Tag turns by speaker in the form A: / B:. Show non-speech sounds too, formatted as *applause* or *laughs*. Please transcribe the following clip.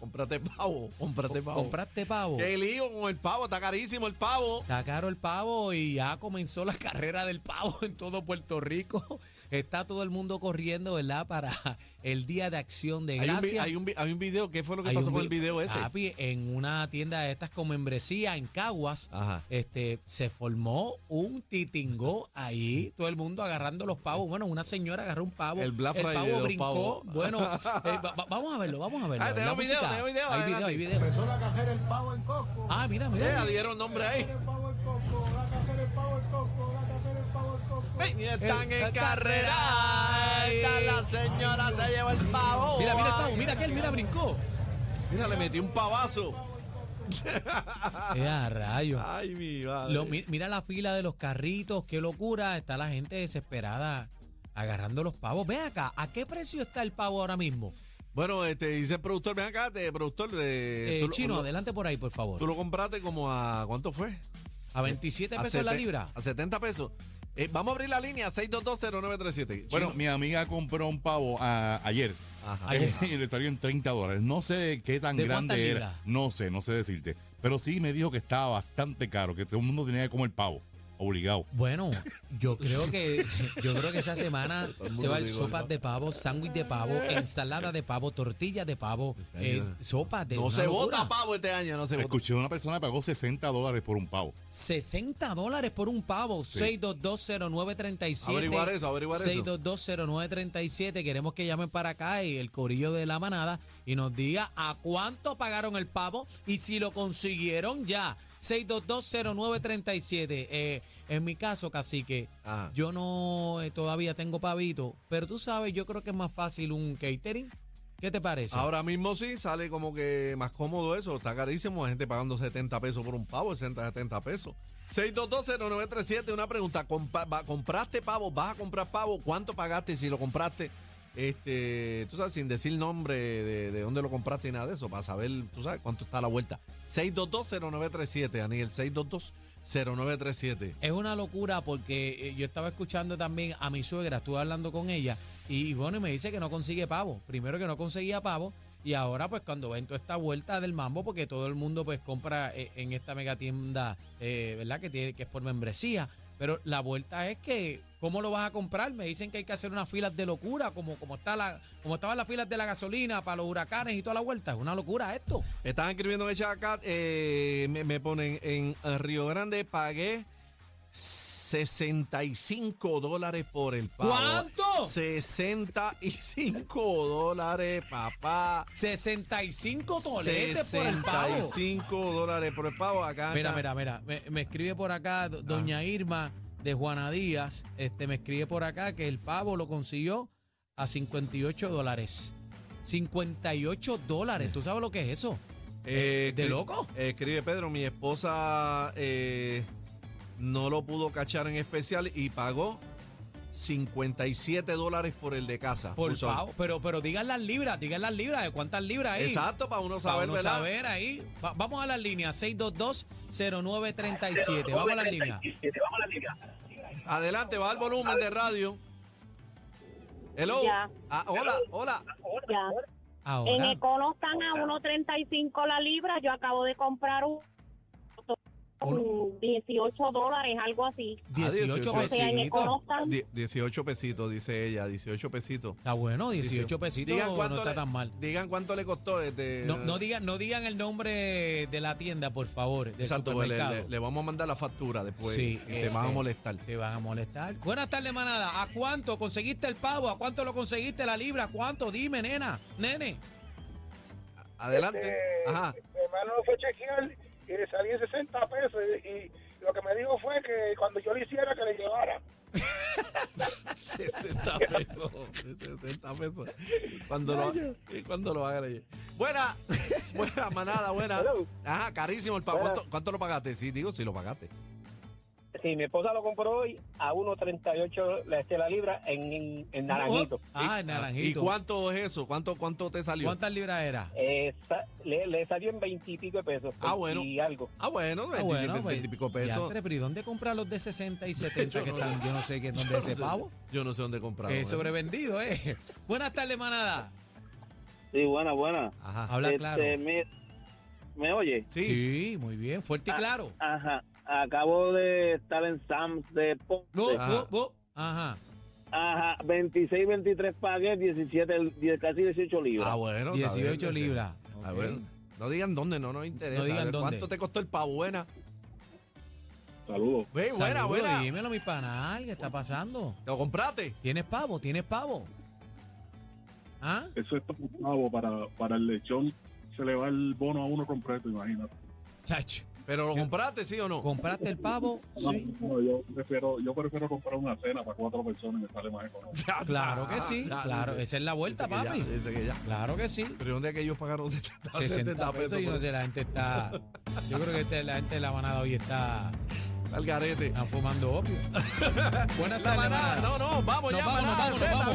A: cómprate pavo, cómprate pavo.
B: Compraste pavo.
A: Qué lío con el pavo, está carísimo el pavo.
B: Está caro el pavo y ya comenzó la *laughs* carrera del pavo en todo Puerto Rico. Está todo el mundo corriendo, ¿verdad? Para el Día de Acción de
A: Hay un, vi-
B: Gracias.
A: hay, un, vi- hay un video, ¿qué fue lo que
B: Hay
A: pasó
B: un
A: con el
B: vi-
A: video ese?
B: Papi, en una tienda de estas con membresía en Caguas,
A: Ajá.
B: este, se formó un titingó ahí, todo el mundo agarrando los pavos. Bueno, una señora agarró un pavo.
A: El Black Friday de
B: pavo
A: los
B: brincó.
A: pavos. *laughs*
B: Bueno, eh, va- va- vamos a verlo, vamos a verlo.
A: Ah, tenemos
B: La
A: video,
B: música.
A: tenemos video,
B: Hay video,
A: adelante.
B: hay video. Empezó la cajera el pavo en Coco. Ah, mira, mira.
A: Eh, dieron nombre ahí. Ven, Están en
B: El-
A: carrera. Esta la señora se lleva el pavo.
B: Mira, mira el pavo, mira aquel, mira, brincó.
A: Mira, le metí un pavazo.
B: Eh, a rayo.
A: Ay, mi Ah. madre.
B: Lo- mi- mira la fila de los carritos, qué locura. Está la gente desesperada agarrando los pavos. Ve acá, ¿a qué precio está el pavo ahora mismo?
A: Bueno, este, dice el productor, ven acá, te, productor. De,
B: Eh,
A: tú lo-
B: Chino,
A: lo-
B: adelante por ahí, por favor.
A: Tú lo compraste como a, ¿cuánto fue?
B: a 27
A: A
B: pesos la
A: seten-
B: libra.
A: A 70 pesos. Eh, vamos a abrir la línea 6220937.
C: Bueno,
A: Chino.
C: mi amiga compró un pavo ah, ayer. eh,
A: Ajá.
B: Ayer.
C: *laughs* y le salió en 30 dólares. No sé qué tan
B: ¿De cuántas
C: grande
B: libras?
C: era. No sé, no sé decirte. Pero sí me dijo que estaba bastante caro, que todo el mundo tenía que comer pavo. Obligado.
B: Bueno,
A: *laughs*
B: yo creo que *laughs* yo creo que esa semana
A: mundo
B: se va a
A: digo,
B: haber sopas
A: ¿no?
B: de pavo, sándwich de pavo, ensalada de pavo, tortilla de pavo, eh, sopas de
A: Este no
B: una
A: se
B: locura.
A: vota pavo este año, no se vota.
C: Escuché a una persona que pagó 60 dólares por un pavo.
B: 60 dólares por un pavo. 6220937.
A: Averiguar eso, averiguar eso.
B: 6220937. Queremos que llamen para acá y el corillo de la manada y nos diga a cuánto pagaron el pavo y si lo consiguieron ya. 6220937. Eh, en mi caso, cacique,
A: Ajá.
B: yo no eh, todavía tengo pavito, pero tú sabes, yo creo que es más fácil un catering. ¿Qué te parece?
A: Ahora mismo sí, sale como que más cómodo eso. Está carísimo, la gente pagando 70 pesos por un pavo, 60, 70 pesos. 6220937, una pregunta. compa- va- ¿Compraste pavo? ¿Vas a comprar pavo? ¿Cuánto pagaste si lo compraste? Este, tú sabes, sin decir nombre de, de dónde lo compraste y nada de eso, para saber, tú sabes, cuánto está la vuelta. 6220937, Daniel, 6220937.
B: Es una locura porque eh, yo estaba escuchando también a mi suegra, estuve hablando con ella y, y bueno, y me dice que no consigue pavo. Primero que no conseguía pavo y ahora pues cuando ven toda esta vuelta del mambo porque todo el mundo pues compra eh, en esta mega tienda, eh, ¿verdad? Que, tiene, que es por membresía. Pero la vuelta es que, ¿cómo lo vas a comprar? Me dicen que hay que hacer unas filas de locura, como, como, está la, como estaban las filas de la gasolina para los huracanes y toda la vuelta. Es una locura esto.
A: Están escribiendo en el chat acá, eh, me, me ponen en Río Grande pagué 65 dólares por el pavo.
B: ¿Cuánto?
A: 65 dólares, papá.
B: 65 toletes por el pavo.
A: 65 dólares por el pavo acá.
B: Mira,
A: está-
B: mira, mira, me, me escribe por acá
A: Ah.
B: do- doña Irma de Juana Díaz, este me escribe por acá que el pavo lo consiguió a 58 dólares. 58 dólares, ¿tú sabes lo que es eso?
A: Eh,
B: ¿De
A: escri-
B: loco?
A: Escribe Pedro, mi esposa eh, no lo pudo cachar en especial y pagó 57 dólares por el de casa.
B: Por
A: puso ahí.
B: pavo, pero pero digan las libras, digan las libras, ¿de cuántas libras ahí?
A: Exacto, para uno
B: Para
A: saber,
B: uno
A: ¿verdad?
B: saber ahí. Va- vamos a las líneas 622-0937, vamos a las líneas.
A: Adelante, va el volumen de radio. Hello.
D: Ya.
A: Ah, hola, hola.
D: Ya. En
B: Ahora,
D: Econo están a 1.35 la libra. Yo acabo de comprar un mm, 18 dólares, algo así.
A: Ah,
B: 18
A: 18
D: O sea, en
B: pesitos.
D: Econostán,
A: Die- 18 pesitos, dice ella, 18 pesitos.
B: Está bueno, 18
A: Dice-
B: pesitos
A: Digan
B: no
A: cuánto
B: está
A: le-
B: tan mal.
A: Digan cuánto le costó este.
B: No, no digan, no digan el nombre de la tienda, por favor, del
A: Exacto, pues, le,
B: supermercado.
A: le- le vamos a mandar la factura después.
B: Sí,
A: y
B: eh,
A: se van
B: eh.
A: a molestar.
B: Se van a molestar. Buenas tardes, manada. ¿A cuánto conseguiste el pavo? ¿A cuánto lo conseguiste la libra? ¿A cuánto? Dime, nena. Nene.
A: Adelante.
E: Este.
A: Ajá.
E: Eh,
A: *laughs*
E: Mi hermano fue a chequear y le salí en 60 pesos. Y, y lo que me dijo fue que cuando yo lo hiciera, que le llevara.
A: 60 pesos. 60 pesos. Cuando lo, cuando lo haga le- Buena, buena, manada, buena.
E: Hello.
A: Ajá, carísimo el pago.
E: Buena.
A: ¿Cuánto, cuánto lo pagaste? Sí, digo, sí lo pagaste.
E: Sí, mi esposa lo compró hoy a 1.38 la, este, la libra en, en, en naranjito.
B: Ah,
A: ¿Y-
B: naranjito.
A: ¿Y cuánto es eso? ¿Cuánto, cuánto te salió?
B: ¿Cuántas libras era?
E: Eh, sa- le, le salió en 20 y pico de pesos.
A: Ah, bueno.
E: Y algo.
A: Ah, bueno, 20,
B: Ah, bueno, pues,
A: y pico
B: ya,
A: pesos. *laughs*
B: entre, pero ¿y dónde comprar los de 60 y 70
A: Yo
B: que
A: no
B: están? Yo no sé qué, dónde
A: Yo no
B: ese
A: sé- pues.
B: pavo.
A: Yo no sé dónde comprar.
B: Eh, sobrevendido, ¿eh? *laughs* Buenas tardes, manada.
F: Sí, buena, buena.
A: Ajá.
B: Habla
F: Este,
B: claro.
F: me, ¿me oye?
A: Sí.
B: Ah, Sí, muy bien. Fuerte y claro.
F: Ajá. Acabo de estar en Sam's de Ponce.
B: No,
A: Ah.
B: no, no. Ajá.
F: Ajá. 26, 23 pagué, 17, el- die- casi 18 libras.
A: Ah, bueno. está bien,
B: 18
A: bien.
B: libras.
A: Ah,
B: Ok.
A: bueno. No digan dónde, no nos interesa.
B: No digan
A: A ver,
B: dónde.
A: ¿Cuánto te costó el pavo buena?
F: Saludos.
A: Ve, buena,
B: Saludos,
A: buena.
B: Dímelo, mi panal, ¿qué está pasando?
A: ¿Te lo compraste?
B: ¿Tienes pavo? ¿Tienes pavo? ¿Ah?
G: Eso es para un pavo, para, para el lechón se le va el bono a uno completo, imagínate.
B: Chacho,
A: ¿Pero lo compraste, sí o no?
B: ¿compraste
A: *laughs*
B: el pavo? Sí.
G: No, yo prefiero, yo prefiero comprar una cena para cuatro personas y me sale más económico.
A: Ya,
B: Claro que sí,
A: ya,
B: claro.
A: dice-
B: Esa es la vuelta,
A: dice que ya,
B: papi.
A: dice que ya.
B: Claro que sí.
A: Pero ¿dónde es que ellos pagaron *laughs* 70,
B: 60 pesos,
A: pesos?
B: yo no sé, la gente está... Yo creo que este- la gente de la manada hoy está,
A: Al garete.
B: está fumando opio.
A: *laughs*
B: Buenas
A: La
B: tardes,
A: manada,
B: manada.
A: no, no, vamos
B: Nos
A: ya,
B: vamos, nos
A: manada,
B: vamos, nos
A: Zeta,
B: vamos.